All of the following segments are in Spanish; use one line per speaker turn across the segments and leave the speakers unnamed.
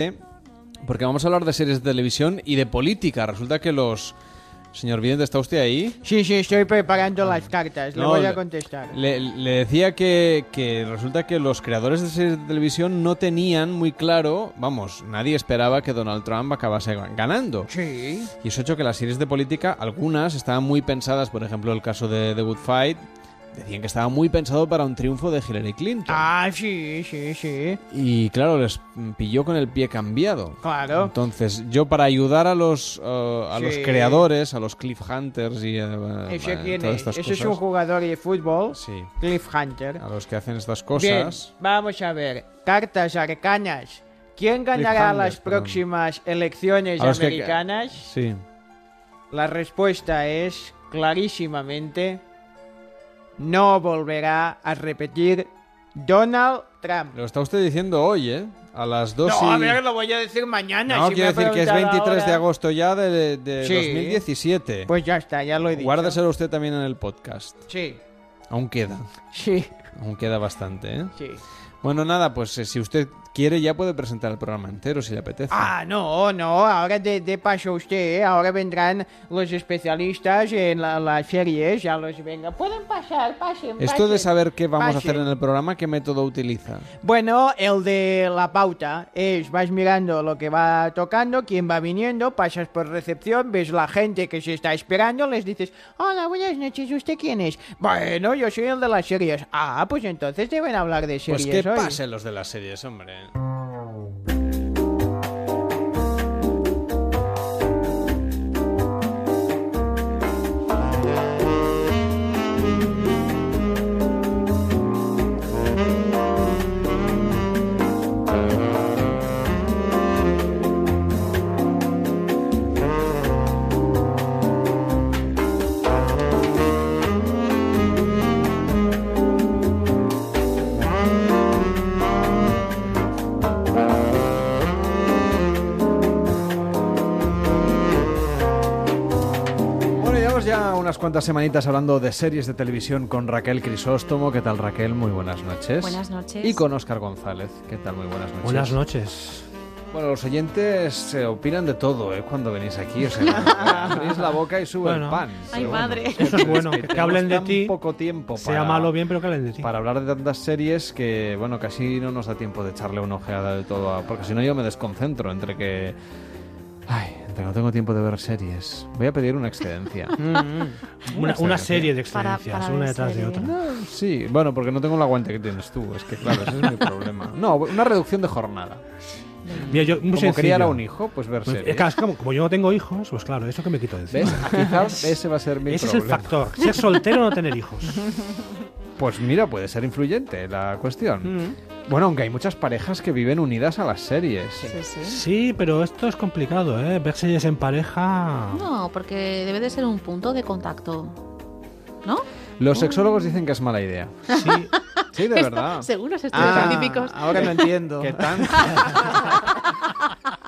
Este, Porque vamos a hablar de series de televisión y de política. Resulta que los... Señor Vidente, ¿está usted ahí?
Sí, sí, estoy preparando las cartas. Le
No,
voy a
le-
contestar.
Le, le decía que, que resulta que los creadores de series de televisión no tenían muy claro, vamos, nadie esperaba que Donald Trump acabase ganando.
Sí.
Y eso ha hecho que las series de política, algunas estaban muy pensadas, por ejemplo, el caso de The Good Fight, decían que estaba muy pensado para un triunfo de Hillary Clinton.
Ah, sí, sí, sí.
Y claro, les mm, pilló con el pie cambiado.
Claro.
Entonces, yo para ayudar a los eh, a los
Oh. Sí.
creadores, a los cliffhunters y eh,
Ese,
eh,
tiene-
todas estas
ese es
cosas,
un jugador de fútbol.
sí,
Cliffhunter.
a los que hacen estas
Bien,
cosas,
vamos a ver. Cartas arcanas. ¿Quién ganará
Cliffhanger,
las
perdón.
próximas elecciones
A los que-
americanas?
sí,
La respuesta es, clarísimamente, no volverá a repetir Donald Trump.
lo está usted diciendo hoy, ¿eh? A las 2
No,
y
a ver, lo voy a decir mañana.
No,
si me
quiero
ha
decir que es
preguntado
23 de
ahora.
agosto ya de, de
Sí.
2017.
Pues ya está, ya lo he dicho.
Guárdeselo usted también en el podcast.
Sí,
Aún queda,
sí,
aún queda bastante, ¿eh?
sí.
Bueno, nada, pues eh, si usted quiere ya puede presentar el programa entero si le apetece.
Ah, no, no, ahora de, de paso usted, ¿eh? ahora vendrán los especialistas en la- las series, ya los venga. Pueden pasar, pasen,
Esto de
pasen.
saber qué vamos a
Pasen.
hacer en el programa, ¿qué método utiliza?
Bueno, el de la pauta es, vas mirando lo que va tocando, quién va viniendo, pasas por recepción, ves la gente que se está esperando, les dices, hola, buenas noches, ¿usted quién es? Bueno, yo soy el de las series. Ah, pues entonces deben hablar de series
Pues que
hoy.
pasen los de las series, hombre. Bueno, llevamos ya unas cuantas semanitas hablando de series de televisión con Raquel Crisóstomo. ¿Qué tal, Raquel? Muy buenas noches.
Buenas noches.
Y con Óscar González. ¿Qué tal? Muy buenas noches.
Buenas noches.
Bueno, los oyentes se opinan de todo, ¿eh? Cuando venís aquí, o sea, abrís la boca y sube
Bueno.
el pan.
Ay,
Pero
madre.
Eso es bueno, que,
tenemos
hablen de
tan
ti,
poco tiempo
sea
para-
malo o bien, pero que hablen de ti.
Para hablar de tantas series que, bueno, casi no nos da tiempo de echarle una ojeada de todo, a- porque si no yo me desconcentro entre que... Ay, entre que no tengo tiempo de ver series. Voy a pedir una excedencia.
Mm. Una, una serie de
Para-
excelencias,
para
una
ver
detrás de
serie.
otra.
No, Ah, sí, bueno, porque no tengo el aguante que tienes tú, es que claro, ese es mi problema. No, una reducción de jornada.
Mira, yo, muy
Como
sencillo.
criar a un hijo, pues ver
Pues,
series.
claro, es que como, como yo no tengo hijos, pues claro, eso que me quito de encima.
¿Ves? Quizás ese va a ser mi
Ese es el
problema.
factor. Ser soltero o no tener hijos.
Pues mira, puede ser influyente la
Mm.
cuestión. Bueno, aunque hay muchas parejas que viven unidas a las series.
Sí, sí.
Sí, pero esto es complicado, ¿eh? Ver series en pareja.
No, porque debe de ser un punto de contacto. ¿No?
Los
Mm.
sexólogos dicen que es mala idea.
Sí.
Sí, de
Esto-
verdad.
Según los estudios
Ah,
científicos.
ahora lo entiendo.
Que, tan-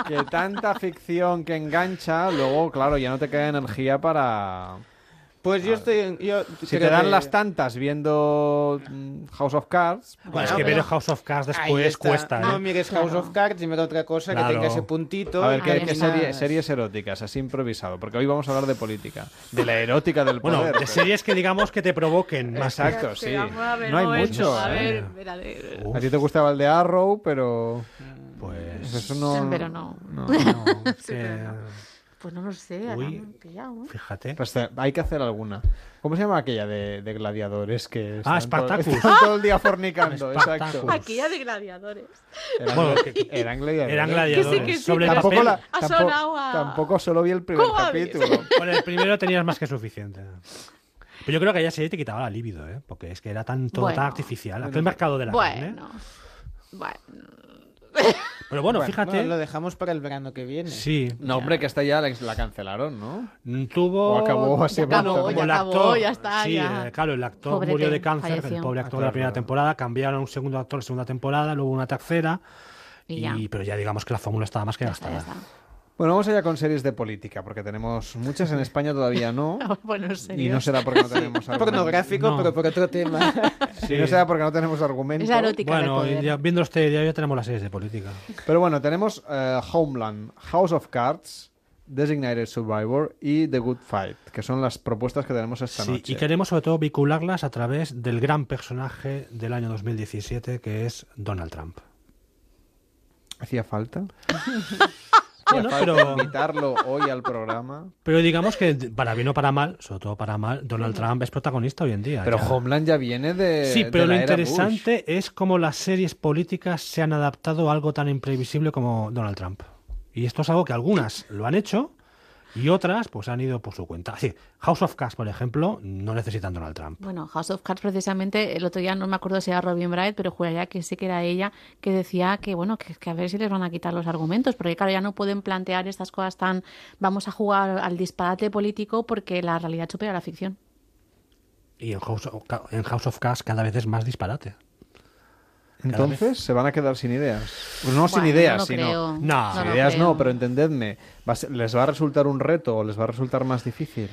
que tanta ficción que engancha, luego, claro, ya no te queda energía para...
Pues yo estoy... Yo
Ah. Si te
creo
dan
que-
las tantas viendo mm, House of Cards...
Bueno, es que
pero-
ver House of Cards
Ahí
pues
después
está.
cuesta, ¿eh?
No mires House of Cards y mira otra cosa
Claro.
que tenga ese puntito.
A ver,
y
¿qué,
Ahí
qué
está.
serie- series eróticas? Así improvisado. Porque hoy vamos a hablar de política. De la erótica del poder.
Bueno, de
pero-
series que digamos que te provoquen más.
Exacto, pues sí. No hay mucho.
A
¿eh?
ver, a ver.
A ti te gustaba el de Arrow, pero
Pues.
eso no.
Pero no.
no,
Sí,
que-
pero Pues no lo sé. ahora me
Uy.
han pillado, ¿eh?
Fíjate.
Pues te- hay que hacer alguna. ¿Cómo se llama aquella de, de gladiadores que
Ah,
estaban todo-
Spartacus.
estaban todo el día fornicando,
Spartacus.
exacto.
Ay,
Pues Aquí ya de gladiadores.
Eran,
Bueno,
gla-
que-
eran gladiadores.
Eran gladiadores.
que sí,
Sobre el
pero-
Tampoco,
papel.
la-
Ha
tampoco-
sonado a-
tampoco solo vi el primer
¿Cómo habéis?
capítulo.
Con el primero tenías más que suficiente. Pero yo creo que ya serie te quitaba la libido, ¿eh? Porque es que era tan, todo
Bueno.
tan artificial. Aquel mercado de la carne.
Bueno. Bueno.
Pero bueno, fíjate.
No, lo dejamos para el verano que viene.
Sí.
No, hombre, que hasta ya la, la cancelaron, ¿no?
Tuvo.
O acabó así.
Ya acabó,
Como
ya
el
acabó,
actor.
ya está.
Sí,
ya.
eh, claro, el actor
Pobrete,
murió de cáncer,
falleció.
el pobre actor
Ah,
de la
claro,
primera
claro.
temporada. Cambiaron a un segundo actor, la segunda temporada, luego una tercera.
Y ya.
pero ya digamos que la fórmula estaba más que
Ya está, ya
gastada.
está.
Bueno, vamos allá con series de política, porque tenemos muchas en España todavía no.
Oh,
bueno, en
Y
serio.
no será porque no tenemos argumentos.
Pornográfico,
No.
pero por otro tema.
Y no será porque no tenemos argumentos.
es la erótica del
Bueno,
poder.
ya- viendo este día ya tenemos las series de política.
Pero bueno, tenemos eh, Homeland, House of Cards, Designated Survivor y The Good Fight, que son las propuestas que tenemos esta
Sí,
noche.
y queremos sobre todo vincularlas a través del gran personaje del año 2017 que es Donald Trump.
¿Hacía falta?
Bueno,
¿Hacía falta
pero,
invitarlo hoy al programa?
pero digamos que para bien o para mal, sobre todo para mal, Donald Trump es protagonista hoy en día.
Pero
Ah, ya.
Homeland ya viene de
Sí,
de
pero
la
lo
era Bush.
interesante es cómo las series políticas se han adaptado a algo tan imprevisible como Donald Trump. Y esto es algo que algunas lo han hecho y otras pues han ido por su cuenta. Así, House of Cards, por ejemplo, no necesitan Donald Trump.
Bueno, House of Cards precisamente, el otro día no me acuerdo si era Robin Wright, pero juraría que sí que era ella, que decía que, bueno, que, que a ver si les van a quitar los argumentos, porque claro, ya no pueden plantear estas cosas tan, vamos a jugar al disparate político porque la realidad supera a la ficción.
Y en House of, Ca- en House of Cards cada vez es más disparate.
Entonces se van a quedar sin ideas. Pues no sin
Bueno,
ideas,
no
sino...
creo.
No,
sin ideas
creo.
no, pero entendedme, va a ser- ¿les va a resultar un reto o les va a resultar más difícil?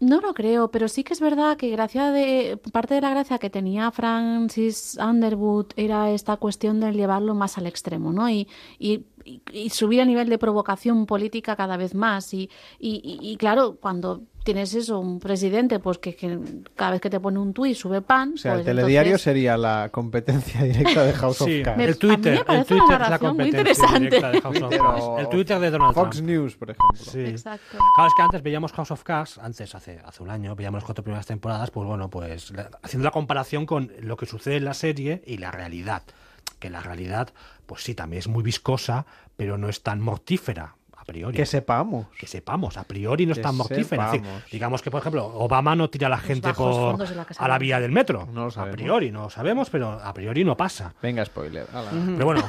No lo creo, pero sí que es verdad que gracia de parte de la gracia que tenía Francis Underwood era esta cuestión de llevarlo más al extremo, ¿no? Y, y, y- y subir a nivel de provocación política cada vez más. Y, y, y- y claro, cuando tienes eso, un presidente, pues que, que cada vez que te pone un tuit sube pan,
O sea, el
pues
telediario
entonces-
sería la competencia directa de House
Sí,
of Cards.
Me-
el
a
Twitter,
mí me
el
parece una
Twitter es la
narración muy
competencia
interesante.
directa de House of
Twitter
Cards.
o
El Twitter de Donald
Fox
Trump.
News, por ejemplo.
Sí.
Exacto.
Claro, es que antes veíamos House of Cards, antes, hace, hace un año, veíamos las cuatro primeras temporadas, pues bueno, pues la- haciendo la comparación con lo que sucede en la serie y la realidad. Que la realidad, pues sí, también es muy viscosa, pero no es tan mortífera, a priori.
Que sepamos.
Que sepamos, a priori no es
Que
tan mortífera. Es decir,
sepamos.
digamos que, por ejemplo, Obama no tira a la gente
bajos
por-
fondos de la Casa
a la
Blanca.
vía del metro.
No lo
a
sabemos.
priori, no lo sabemos, pero a priori no pasa.
Venga, spoiler. ala.
Hmm.
Pero bueno.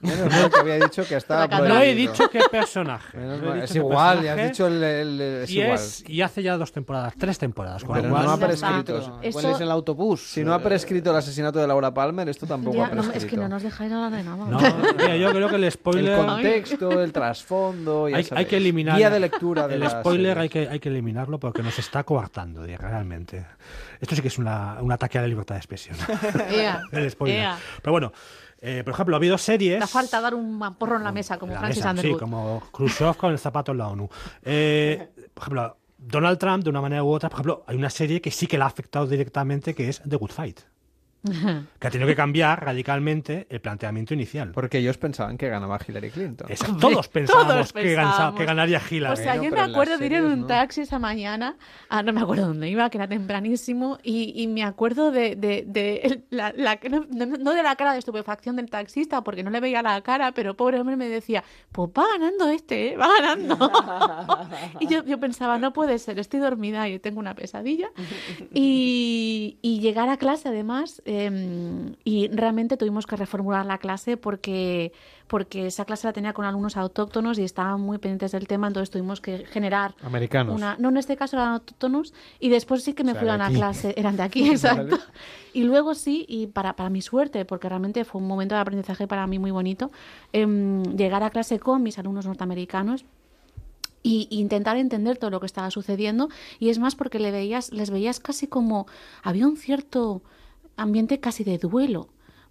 Menos mal que había dicho que estaba
Sacando-
No he
prohibido.
dicho qué personaje.
Menos
No he
mal,
dicho
Es
qué
igual, ya
personaje.
has dicho el... el- el- es
y,
igual.
es, y hace ya dos temporadas, tres temporadas. Con
Pero
lo
no
cual-
ha
Ya está.
prescrito.
Igual
Eso-
es el autobús.
Si no ha prescrito el asesinato de Laura Palmer, esto tampoco
Ya,
ha
no,
prescrito.
es que no nos dejáis hablar de nada.
No, mira, yo creo que el
El
spoiler.
contexto, el trasfondo... ya
Hay, hay
sabéis.
que eliminar.
Guía de lectura de
El
las series.
spoiler hay que, hay que eliminarlo porque nos está coartando, Diego, realmente. Esto sí que es una- un ataque a la libertad de expresión.
Ea,
el spoiler.
ea.
Pero bueno, eh, por ejemplo, ha habido series.
Da falta dar un mamporro en la mesa, como
La
Francis
mesa,
Underwood.
Sí, como Khrushchev con el zapato en la ONU. Eh, por ejemplo, Donald Trump, de una manera u otra, por ejemplo, hay una serie que sí que la ha afectado directamente, que es The Good Fight, que ha tenido que cambiar radicalmente el planteamiento inicial.
Porque ellos pensaban que ganaba Hillary Clinton.
Esa- todos pensábamos,
todos
que, gansa-
pensábamos. Pues
que ganaría Hillary.
O sea,
¿eh? ¿no?
yo me
Pero en
acuerdo
las
de ir en
series,
un
¿no?
taxi esa mañana, ah, no me acuerdo dónde iba, que era tempranísimo, y, y me acuerdo de, de, de la, la- no, no de la cara de estupefacción del taxista, porque no le veía la cara, pero pobre hombre me decía, pues va ganando este, ¿eh? va ganando. y yo, yo pensaba, no puede ser, estoy dormida y tengo una pesadilla. Y, y llegar a clase además, eh, y realmente tuvimos que reformular la clase porque, porque esa clase la tenía con alumnos autóctonos y estaban muy pendientes del tema, entonces tuvimos que generar
Americanos.
una... No, en este caso eran autóctonos y después sí que me
O sea,
fui a
de
una
aquí.
clase, eran de aquí, exacto. Y luego sí, y para, para mi suerte, porque realmente fue un momento de aprendizaje para mí muy bonito, em, llegar a clase con mis alumnos norteamericanos y y intentar entender todo lo que estaba sucediendo y es más porque le veías les veías casi como había un cierto ambiente casi de duelo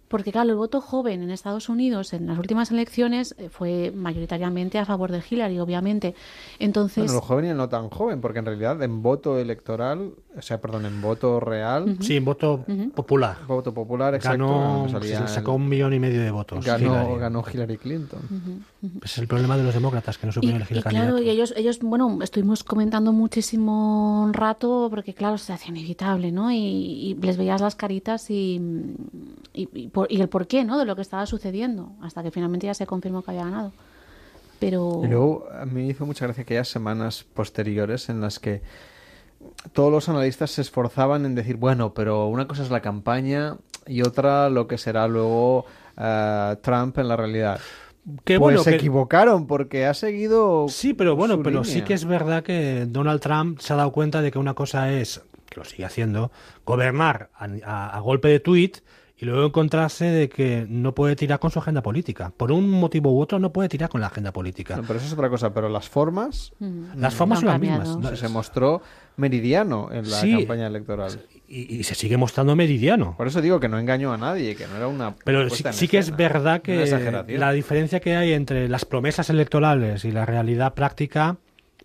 porque claro el voto joven en Estados Unidos en las últimas elecciones eh, fue mayoritariamente a favor de Hillary obviamente entonces
Bueno, lo joven y el no tan joven, porque en realidad en voto electoral, o sea, perdón, en voto real,
Sí, en voto popular.
voto popular, exacto,
Ganó,
me salía
se
el-
sacó un millón y medio de votos.
ganó,
Hillary.
ganó Hillary Clinton.
Ese es el problema de los demócratas, que no supieron
Y-
elegir
y
el
claro,
candidato.
y ellos, ellos, bueno, estuvimos comentando muchísimo un rato porque, claro, se hacía inevitable, ¿no? Y, y les veías las caritas y, y, y por- y el porqué, ¿no? De lo que estaba sucediendo, hasta que finalmente ya se confirmó que había ganado. Pero...
Y luego a mí hizo mucha gracia aquellas semanas posteriores en las que todos los analistas se esforzaban en decir, bueno, pero una cosa es la campaña y otra lo que será luego eh, Trump en la realidad.
Qué
pues
bueno
se
que-
equivocaron porque ha seguido.
Sí, pero bueno,
su
pero
línea.
sí que es verdad que Donald Trump se ha dado cuenta de que una cosa es, que lo sigue haciendo, gobernar a, a- a golpe de tuit y luego encontrarse de que no puede tirar con su agenda política. Por un motivo u otro no puede tirar con la agenda política.
No, pero eso es otra cosa, pero las formas
mm,
Las formas son
No
las
han
mismas.
cambiado.
No,
se-
es-
se mostró meridiano en la
Sí.
campaña electoral.
y, y se sigue mostrando meridiano.
Por eso digo que no engañó a nadie, que no era una.
Pero
puesta en
sí, sí que es
escena,
verdad que
una exageración.
la diferencia que hay entre las promesas electorales y la realidad práctica,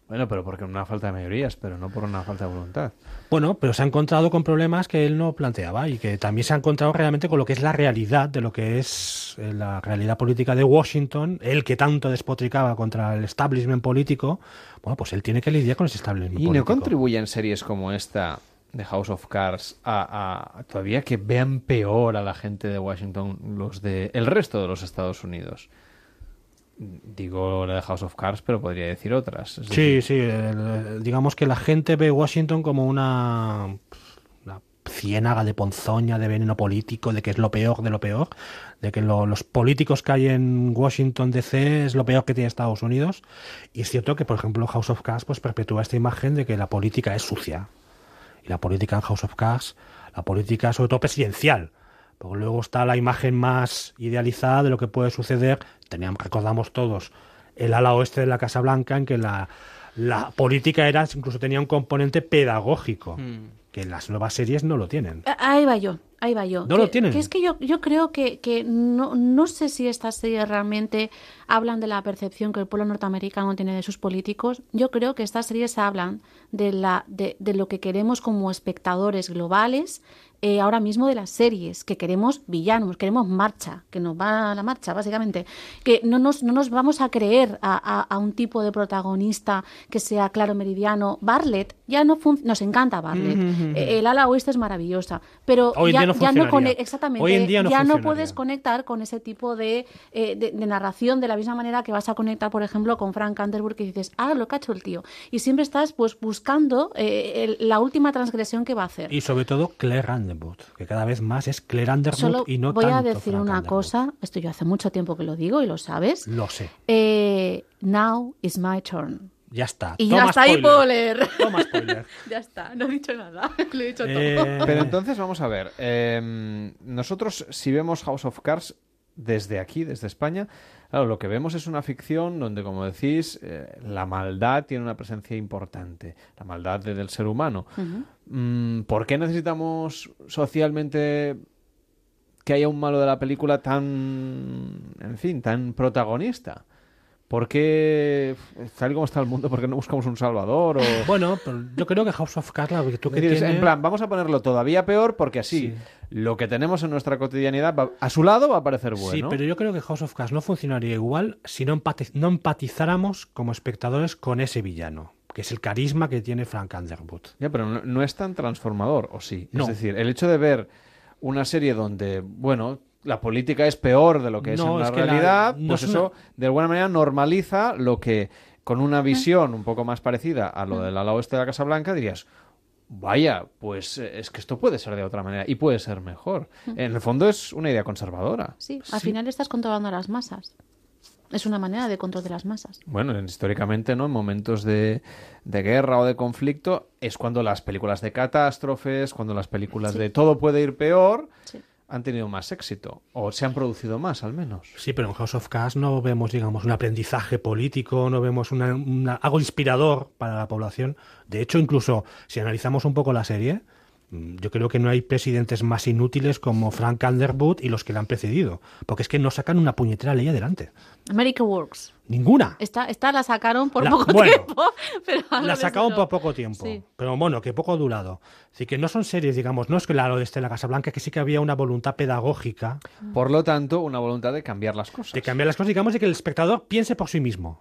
Bueno, pero porque una falta de mayorías, pero no por una falta de voluntad.
bueno, pero se ha encontrado con problemas que él no planteaba y que también se ha encontrado realmente con lo que es la realidad de lo que es eh, la realidad política de Washington, él que tanto despotricaba contra el establishment político, bueno, pues él tiene que lidiar con ese establishment
Y no
político.
contribuyen series como esta de House of Cards a, a- todavía que vean peor a la gente de Washington los de el resto de los Estados Unidos. Digo la de House of Cards, pero podría decir otras. Es
Sí, sí, el- digamos que la gente ve Washington como una, una ciénaga de ponzoña, de veneno político, de que es lo peor de lo peor, de que lo- los políticos que hay en Washington DC es lo peor que tiene Estados Unidos. Y es cierto que, por ejemplo, House of Cards pues, perpetúa esta imagen de que la política es sucia. Y la política en House of Cards, la política sobre todo presidencial. Pero luego está la imagen más idealizada de lo que puede suceder. Teníamos, recordamos todos el ala oeste de la Casa Blanca, en que la, la política era incluso tenía un componente pedagógico, que las nuevas series no lo tienen.
A- Ahí va yo, ahí va yo.
No
Que-
lo tienen.
que es que yo, yo creo que, que no, no sé si estas series realmente hablan de la percepción que el pueblo norteamericano tiene de sus políticos. Yo creo que estas series hablan de, la, de, de lo que queremos como espectadores globales eh, ahora mismo de las series, que queremos villanos, queremos marcha, que nos va a la marcha, básicamente. Que no nos, no nos vamos a creer a, a- a un tipo de protagonista que sea claro meridiano. Bartlett ya no fun- Nos encanta Bartlett.
Mm-hmm.
Eh, El ala oeste es maravillosa. Pero
Hoy en
ya,
día no
ya
funcionaría.
cone- exactamente,
Hoy en día no
ya no
funcionaría.
puedes conectar con ese tipo de, eh, de, de narración de la misma manera que vas a conectar, por ejemplo, con Frank Underwood que dices, ah, lo que ha hecho el tío. Y siempre estás pues buscando eh, el- la última transgresión que va a hacer.
Y sobre todo Claire Underwood, que cada vez más es Claire Underwood
Solo
y no
voy a
tanto
decir
Frank
una
Underwood.
cosa, esto yo hace mucho tiempo que lo digo y lo sabes.
Lo sé,
Eh, now is my turn.
ya está.
Y
Toma
ya está ahí,
spoiler.
Poler.
Toma spoiler.
ya está, no he dicho nada, lo he dicho todo.
Eh,
Pero entonces vamos a ver. eh, nosotros, si vemos House of Cards desde aquí, desde España, claro, lo que vemos es una ficción donde, como decís, eh, la maldad tiene una presencia importante. La maldad de- del ser humano. Mm, ¿Por qué necesitamos socialmente que haya un malo de la película tan, en fin, tan protagonista? ¿Por qué, tal como está el mundo, por qué no buscamos un salvador? O...
Bueno, pero yo creo que House of Cards, la virtud que
Es decir, es
tiene...
En plan, vamos a ponerlo todavía peor porque así
Sí.
lo que tenemos en nuestra cotidianidad va- a su lado va a parecer bueno.
Sí, pero yo creo que House of Cards no funcionaría igual si no, empati- no empatizáramos como espectadores con ese villano, que es el carisma que tiene Frank Underwood.
Ya, pero no, no es tan transformador, ¿o sí?
No.
Es decir, el hecho de ver una serie donde, bueno, la política es peor de lo que es
No,
en la
es que la-
realidad,
no
pues
es
eso
una-
de alguna manera normaliza lo que con una visión un poco más parecida a lo del ala oeste de la Casa Blanca dirías, vaya, pues eh, es que esto puede ser de otra manera y puede ser mejor. En el fondo es una idea conservadora.
Sí, al final estás controlando a las masas. Es una manera de control de las masas.
Bueno, en- históricamente, ¿no? En momentos de, de guerra o de conflicto es cuando las películas de catástrofes, cuando las películas de todo puede ir peor,
Sí.
han tenido más éxito. O se han producido más, al menos.
Sí, pero en House of Cards no vemos, digamos, un aprendizaje político, no vemos una- una- algo inspirador para la población. De hecho, incluso si analizamos un poco la serie, mm, yo creo que no hay presidentes más inútiles como Frank Underwood y los que le han precedido, porque es que no sacan una puñetera ley adelante.
America Works.
Ninguna.
Esta, esta la sacaron por
La-
poco
bueno,
tiempo. Pero algo
La
les
sacaron
duró.
por poco tiempo,
Sí.
pero bueno, que poco ha durado. Así que no son series, digamos, no es que la oeste de la Casa Blanca, que sí que había una voluntad pedagógica
Ah.
Por lo tanto, una voluntad de cambiar las cosas.
de cambiar las cosas, digamos, de que el espectador piense por sí mismo.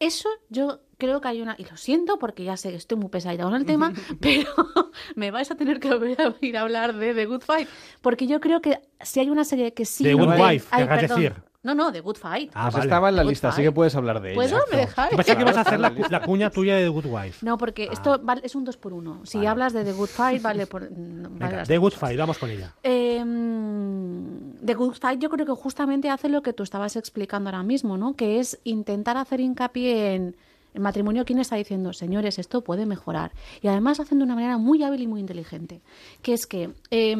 Eso yo creo que hay una. Y lo siento porque ya sé que estoy muy pesadita con el tema, pero me vais a tener que volver a ir a hablar de The Good Fight. Porque yo creo que si hay una serie que sí.
The
lo
Good
ve-
Wife,
Ay,
querrás
perdón.
decir.
No, no, The Good Fight.
Ah,
Pues
vale.
estaba en la
Good
lista, así
fight.
que puedes hablar de
¿Puedo?
ella.
¿Me dejáis?
Yo pensaba que ibas a hacer la,
Claro,
cu- la cuña tuya de The Good Wife.
No, porque esto vale- es un dos por uno. Si hablas de The Good Fight, vale por. no, vale
Venga,
las
The Good Fight, vamos con ella.
Eh, mm, The Good Fight yo creo que justamente hace lo que tú estabas explicando ahora mismo, ¿no? Que es intentar hacer hincapié en El matrimonio quién está diciendo, señores, esto puede mejorar. Y además lo hacen de una manera muy hábil y muy inteligente. Que es que, eh,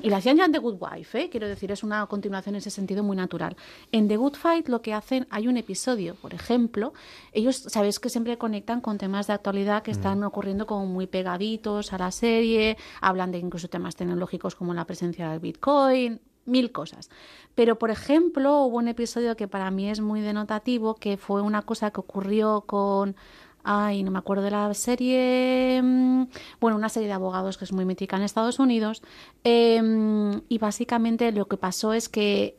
y lo hacían ya en The Good Wife, ¿eh? quiero decir, es una continuación en ese sentido muy natural. En The Good Fight lo que hacen, hay un episodio, por ejemplo, ellos, sabéis que siempre conectan con temas de actualidad que están ocurriendo como muy pegaditos a la serie, hablan de incluso temas tecnológicos como la presencia del Bitcoin, mil cosas. Pero, por ejemplo, hubo un episodio que para mí es muy denotativo, que fue una cosa que ocurrió con... Ay, no me acuerdo de la serie. mm, Bueno, una serie de abogados que es muy mítica en Estados Unidos. Em, y básicamente lo que pasó es que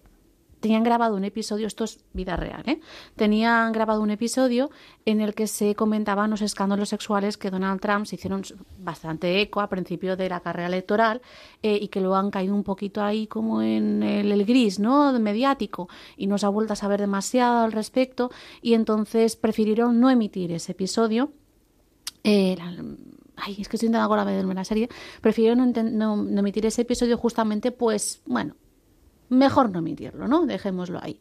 tenían grabado un episodio, esto es vida real, ¿eh? tenían grabado un episodio en el que se comentaban los escándalos sexuales que Donald Trump se hicieron bastante eco a principio de la carrera electoral eh, y que lo han caído un poquito ahí como en el, el gris, ¿no? mediático y no se ha vuelto a saber demasiado al respecto y entonces prefirieron no emitir ese episodio eh, la- ay, es que estoy intentando acordarme de la serie. Prefirieron no, inten- no- no emitir ese episodio justamente, pues, bueno, mejor no emitirlo, ¿no? Dejémoslo ahí.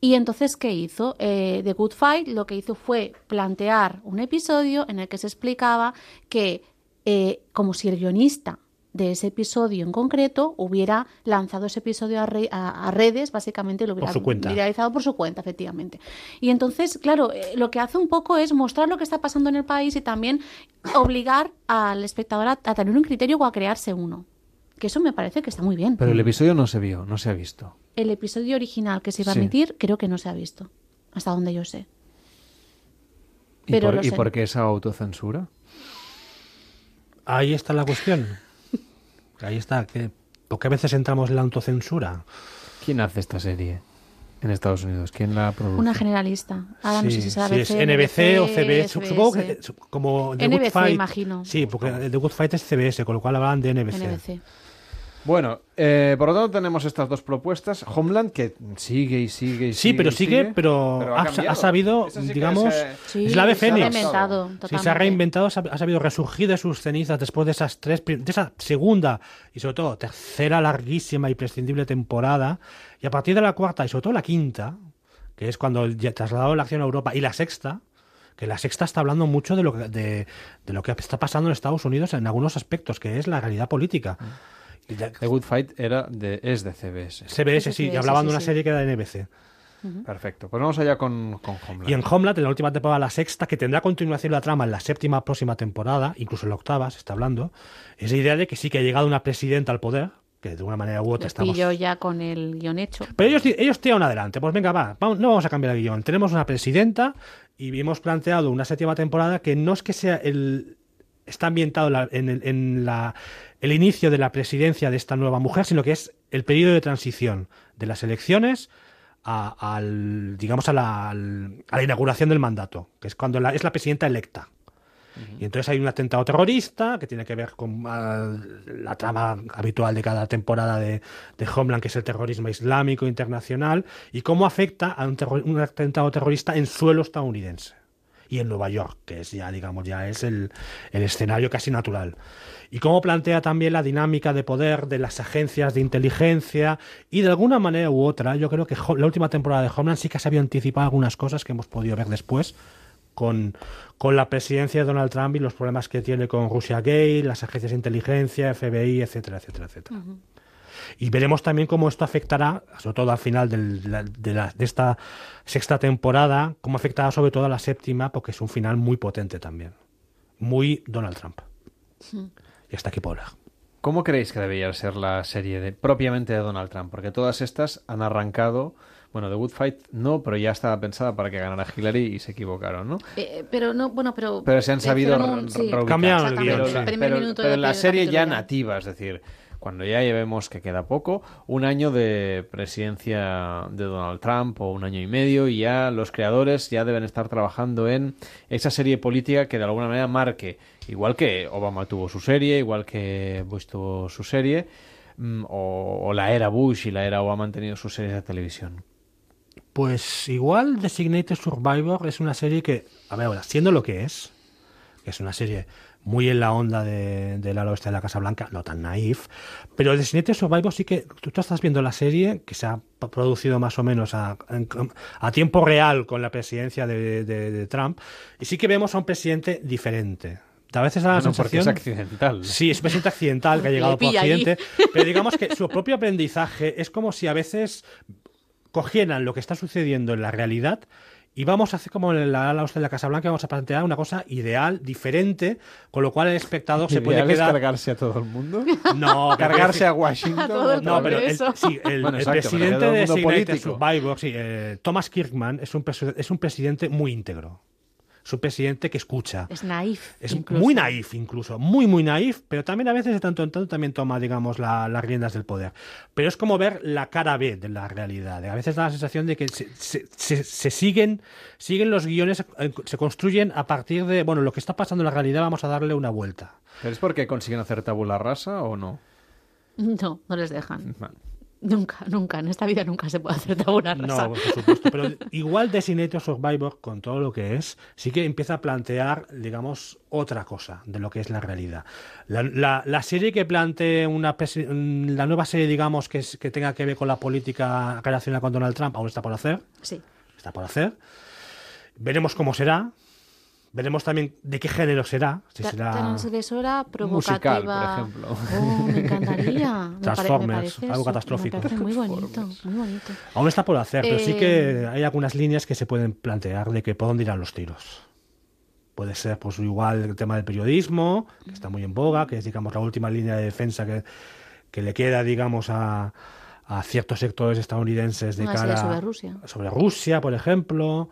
Y entonces, ¿qué hizo? Eh, The Good Fight lo que hizo fue plantear un episodio en el que se explicaba que, eh, como si el guionista de ese episodio en concreto hubiera lanzado ese episodio a, re- a- a redes, básicamente lo hubiera
su cuenta.
viralizado por su cuenta, efectivamente. Y entonces, claro, eh, lo que hace un poco es mostrar lo que está pasando en el país y también obligar al espectador a, a tener un criterio o a crearse uno. Que eso me parece que está muy bien.
Pero el episodio no se vio, no se ha visto.
El episodio original que se iba a
Sí.
emitir creo que no se ha visto, hasta donde yo sé.
¿Y,
Pero
por,
lo
¿y
sé.
por qué esa autocensura?
Ahí está la cuestión. Ahí está. Que, ¿Por qué a veces entramos en la autocensura?
¿Quién hace esta serie en Estados Unidos? ¿Quién la produce?
Una generalista. Ahora Ah, no sé si es ABC,
es NBC o CBS.
SBS.
Supongo que su- como The Good
NBC,
Fight.
imagino.
Sí, porque The Good Fight es CBS, con lo cual hablaban de NBC.
NBC.
Bueno, eh, por lo tanto tenemos estas dos propuestas. Homeland que sigue y sigue y sigue.
Sí, pero
y
sigue, pero, ha,
cambiado.
ha sabido,
Esa sí que
digamos,
es, eh,
Sí,
es la ave
se ha
fénix.
reinventado
Sí, se ha
totalmente.
reinventado, se ha ha sabido resurgir de sus cenizas después de esas tres, pri- de esa segunda y sobre todo tercera larguísima y prescindible temporada. Y a partir de la cuarta y sobre todo la quinta, que es cuando ya trasladado la acción a Europa, y la sexta, que la sexta está hablando mucho de lo que, de, de lo que está pasando en Estados Unidos en algunos aspectos, que es la realidad política. Y ya-
The Good Fight era de, es de CBS.
CBS,
Eso
sí,
sí,
y
eso
hablaban
sí,
de una
sí.
serie que era de NBC.
Perfecto. Pues vamos allá con, con Homeland.
Y en Homeland, en la última temporada, la sexta, que tendrá continuación la trama en la séptima próxima temporada, incluso en la octava, se está hablando, es la idea de que sí que ha llegado una presidenta al poder, que de una manera u otra
Lo
estamos...
pillo ya con el guión hecho.
Pero ellos, ellos tiran adelante, pues venga, va, vamos- no vamos a cambiar el guión. Tenemos una presidenta y hemos planteado una séptima temporada que no es que sea el... Está ambientado en, la- en el, en la- el inicio de la presidencia de esta nueva mujer, sino que es el periodo de transición de las elecciones a, al, digamos, a la, al- a la inauguración del mandato, que es cuando la- es la presidenta electa. Y entonces hay un atentado terrorista que tiene que ver con ah, la trama habitual de cada temporada de, de Homeland, que es el terrorismo islámico internacional, y cómo afecta a un, terro- un atentado terrorista en suelo estadounidense y en Nueva York, que es ya, digamos, ya es el, el escenario casi natural. Y cómo plantea también la dinámica de poder de las agencias de inteligencia y de alguna manera u otra, yo creo que Ho- la última temporada de Homeland sí que se había anticipado algunas cosas que hemos podido ver después con, con la presidencia de Donald Trump y los problemas que tiene con Russia Gay, las agencias de inteligencia, FBI, etcétera, etcétera, etcétera. Y veremos también cómo esto afectará, sobre todo al final del- la- de, la- de esta sexta temporada, cómo afectará sobre todo a la séptima, porque es un final muy potente también. Muy Donald Trump. Y hasta aquí puedo hablar.
¿Cómo creéis que debería ser la serie de, propiamente de Donald Trump? Porque todas estas han arrancado. Bueno, The Good Fight no, pero ya estaba pensada para que ganara Hillary y se equivocaron, ¿no?
Eh, pero no, bueno, pero.
Pero se han sabido
hicieron un-
re-
sí,
reubicar.
Cambiaron el
exactamente,
Pero,
guión,
la-
sí.
primer
pero-
minuto
pero
del
la serie ya
capítulo
nativa, es decir, cuando ya llevemos que queda poco, un año de presidencia de Donald Trump o un año y medio y ya los creadores ya deben estar trabajando en esa serie política que de alguna manera marque, igual que Obama tuvo su serie, igual que Bush tuvo su serie, mm, o, o la era Bush y la era Obama han tenido sus series de televisión.
Pues igual Designated Survivor es una serie que, a ver, ahora, siendo lo que es, que es una serie muy en la onda de, del ala oeste de la Casa Blanca, no tan naif. Pero el siguiente Survivor sí que tú, tú estás viendo la serie que se ha producido más o menos a, a tiempo real con la presidencia de, de- de Trump y sí que vemos a un presidente diferente. A veces da la
Bueno, porque
sensación...
es accidental.
Sí, es un presidente accidental que ha llegado por
pilla allí.
accidente. Pero digamos que su propio aprendizaje es como si a veces cogieran lo que está sucediendo en la realidad y vamos a hacer como en la ala de la Casa Blanca, vamos a plantear una cosa ideal, diferente, con lo cual el espectador se puede
Ideal es
quedar.
cargarse a todo el mundo?
No,
¿Cargarse a Washington?
A todo el
No, pero el,
Eso.
sí, el-
Bueno,
el
exacto, pero
presidente
del
de
mundo
Designated
político.
Survivor, sí, eh, Thomas Kirkman, es un, presu- es un presidente muy íntegro. Es un presidente que escucha.
Es naif.
Es
incluso.
muy naif incluso, muy, muy naif, pero también a veces de tanto en tanto también toma, digamos, la- las riendas del poder. Pero es como ver la cara B de la realidad. A veces da la sensación de que se, se- se- se siguen, siguen los guiones, eh, se construyen a partir de, bueno, lo que está pasando en la realidad vamos a darle una vuelta.
¿Pero es porque consiguen hacer tabula rasa o no?
No, no les dejan.
Vale.
Nunca, nunca. En esta vida nunca se puede hacer tabula rasa.
No, por supuesto, pero igual Designated Survivor, con todo lo que es, sí que empieza a plantear, digamos, otra cosa de lo que es la realidad. La, la- la serie que plantee una presi- mm, la nueva serie, digamos, que, es- que tenga que ver con la política relacionada con Donald Trump, aún está por hacer,
Sí.
está por hacer. Veremos cómo será. Veremos también de qué género será. Si
Tra-
será
Transgresora, provocativa.
Musical, por ejemplo.
Oh, me encantaría. Me pare- me
Transformers,
parece
algo
su-
catastrófico.
Me parece muy bonito, muy bonito.
aún está por hacer, pero sí
Eh,
que hay algunas líneas que se pueden plantear de que por dónde irán los tiros. Puede ser, pues, igual el tema del periodismo, que está muy en boga, que es, digamos, la última línea de defensa que, que le queda, digamos, a, a ciertos sectores estadounidenses de
Una serie
cara
Ah, sobre Rusia.
sobre Rusia, por ejemplo.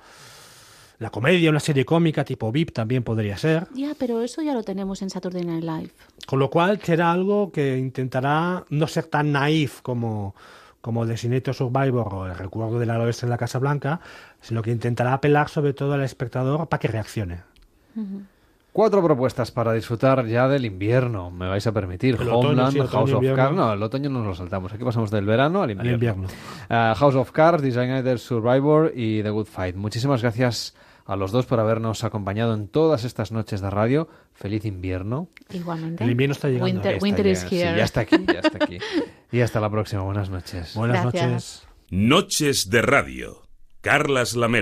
La comedia, una serie cómica tipo VIP también podría ser.
Ya, pero eso ya lo tenemos en Saturday Night Live.
Con lo cual será algo que intentará no ser tan naif como, como Designated Survivor o el recuerdo del oeste en la Casa Blanca, sino que intentará apelar sobre todo al espectador para que reaccione.
Cuatro propuestas para disfrutar ya del invierno, me vais a permitir.
El otoño,
Homeland,
sí, otoño,
House of
invierno.
Cards. No, el otoño no nos lo saltamos. Aquí pasamos del verano al invierno.
invierno.
Ah, House of Cards, Designated Survivor y The Good Fight. Muchísimas gracias a los dos por habernos acompañado en todas estas noches de radio. Feliz invierno.
Igualmente.
El invierno está llegando.
Winter,
Está
winter
ya,
is
sí,
here.
ya está aquí, ya está aquí. y hasta la próxima. Buenas noches.
Buenas
Gracias.
noches.
Noches de Radio. Carlas Lamelo.